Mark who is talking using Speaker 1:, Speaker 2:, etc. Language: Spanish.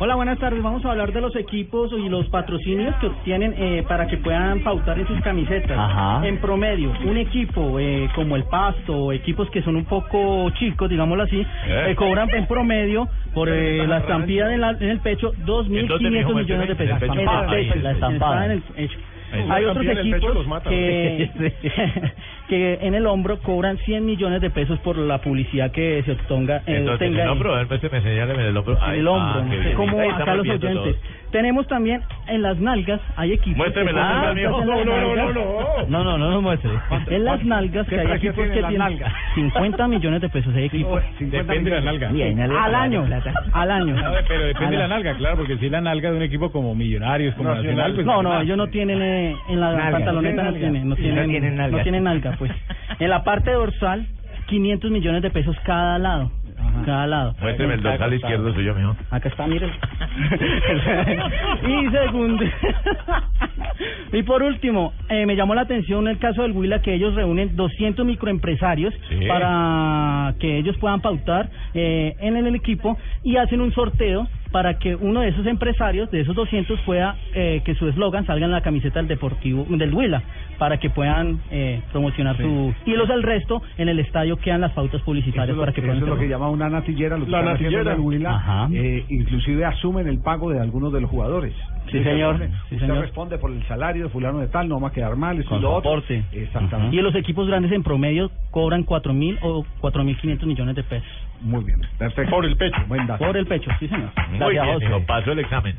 Speaker 1: Hola, buenas tardes. Vamos a hablar de los equipos y los patrocinios que obtienen eh, para que puedan pautar en sus camisetas.
Speaker 2: Ajá.
Speaker 1: En promedio, un equipo eh, como el Pasto, equipos que son un poco chicos, digámoslo así,
Speaker 3: Eh.
Speaker 1: eh, cobran en promedio por eh, la estampida en, la- en el pecho
Speaker 3: Entonces,
Speaker 1: 2.500
Speaker 3: mijo,
Speaker 1: millones de
Speaker 3: el
Speaker 1: pesos.
Speaker 3: pecho
Speaker 1: En el
Speaker 3: paga,
Speaker 2: la
Speaker 1: pecho, en el
Speaker 2: estampada.
Speaker 1: en el pecho.
Speaker 3: Ahí sí.
Speaker 1: Hay
Speaker 3: La
Speaker 1: otros
Speaker 3: estampida en el pecho
Speaker 1: equipos
Speaker 3: los mata,
Speaker 1: que,
Speaker 2: Sí.
Speaker 1: que en el hombro cobran 100 millones de pesos por la publicidad que se obtenga. eh,
Speaker 3: Entonces,
Speaker 1: obtenga
Speaker 3: el
Speaker 1: ahí
Speaker 3: hombro, a ver, présteme, señáleme el hombro.
Speaker 1: en
Speaker 3: Ahí,
Speaker 1: el hombro,
Speaker 3: ah,
Speaker 1: no
Speaker 3: qué
Speaker 1: sé
Speaker 3: bien.
Speaker 1: cómo
Speaker 3: Ahí
Speaker 1: acá
Speaker 3: estamos
Speaker 1: los
Speaker 3: viendo
Speaker 1: oyentes.
Speaker 3: todos.
Speaker 1: Tenemos también en las nalgas, hay equipos.
Speaker 3: Muéstreme
Speaker 1: que
Speaker 3: las
Speaker 1: son-
Speaker 3: nalgas, mijo.
Speaker 1: en las
Speaker 3: No, no, no,
Speaker 1: nalgas-
Speaker 2: No, no, no nos muestre.
Speaker 1: En las nalgas, que hay
Speaker 4: precio
Speaker 1: equipos que
Speaker 4: tienen las
Speaker 1: tienen
Speaker 4: nalgas?
Speaker 1: 50 millones de pesos, hay equipos.
Speaker 4: pues, Depende de la nalga.
Speaker 1: Al año, al año.
Speaker 4: A ver, pero depende de la
Speaker 1: Al-
Speaker 4: nalga, claro, porque si la nalga de un equipo como Millonarios, como Nacional, pues.
Speaker 1: No, no, ellos no tienen eh, en la
Speaker 2: Nalga,
Speaker 1: pantaloneta no
Speaker 2: no tienen
Speaker 1: tienen, no
Speaker 2: nalga.
Speaker 1: tienen,
Speaker 2: No tienen nalga.
Speaker 1: no tienen nalga, pues. En la parte dorsal, 500 millones de pesos cada lado,
Speaker 3: Ah.
Speaker 4: Ajá.
Speaker 1: cada lado.
Speaker 3: Muéstreme el dorsal izquierdo suyo, mijo.
Speaker 1: Acá está, miren. y segundo. y por último, eh, me llamó la atención el caso del Huila que ellos reúnen 200 microempresarios
Speaker 3: Sí.
Speaker 1: para que ellos puedan pautar eh, en el equipo y hacen un sorteo para que uno de esos empresarios, de esos 200, pueda eh, que su eslogan salga en la camiseta del Deportivo del Huila para que puedan eh, promocionar su y los del resto en el estadio quedan las pautas publicitarias para que
Speaker 5: eso
Speaker 1: puedan
Speaker 5: es lo que
Speaker 1: hacerlo.
Speaker 5: llama una natillera, lo que
Speaker 4: La
Speaker 5: están haciendo
Speaker 4: natillera.
Speaker 5: en el Huila,
Speaker 2: Ajá.
Speaker 5: eh, inclusive asumen el pago de algunos de los jugadores.
Speaker 1: Sí, señor.
Speaker 5: Usted
Speaker 1: Sí, señor.
Speaker 5: responde por el salario de fulano de tal, no va a quedar mal, eso
Speaker 2: Con
Speaker 5: y lo otro.
Speaker 2: soporte.
Speaker 5: Exactamente.
Speaker 1: Y los equipos grandes en promedio cobran 4.000 o 4.500 millones de pesos.
Speaker 5: Muy bien, perfecto.
Speaker 4: Por el pecho.
Speaker 5: Buen dato.
Speaker 1: Por el pecho, sí señor.
Speaker 3: Muy
Speaker 2: Gracias,
Speaker 3: bien,
Speaker 2: José.
Speaker 3: mijo, pasó el examen.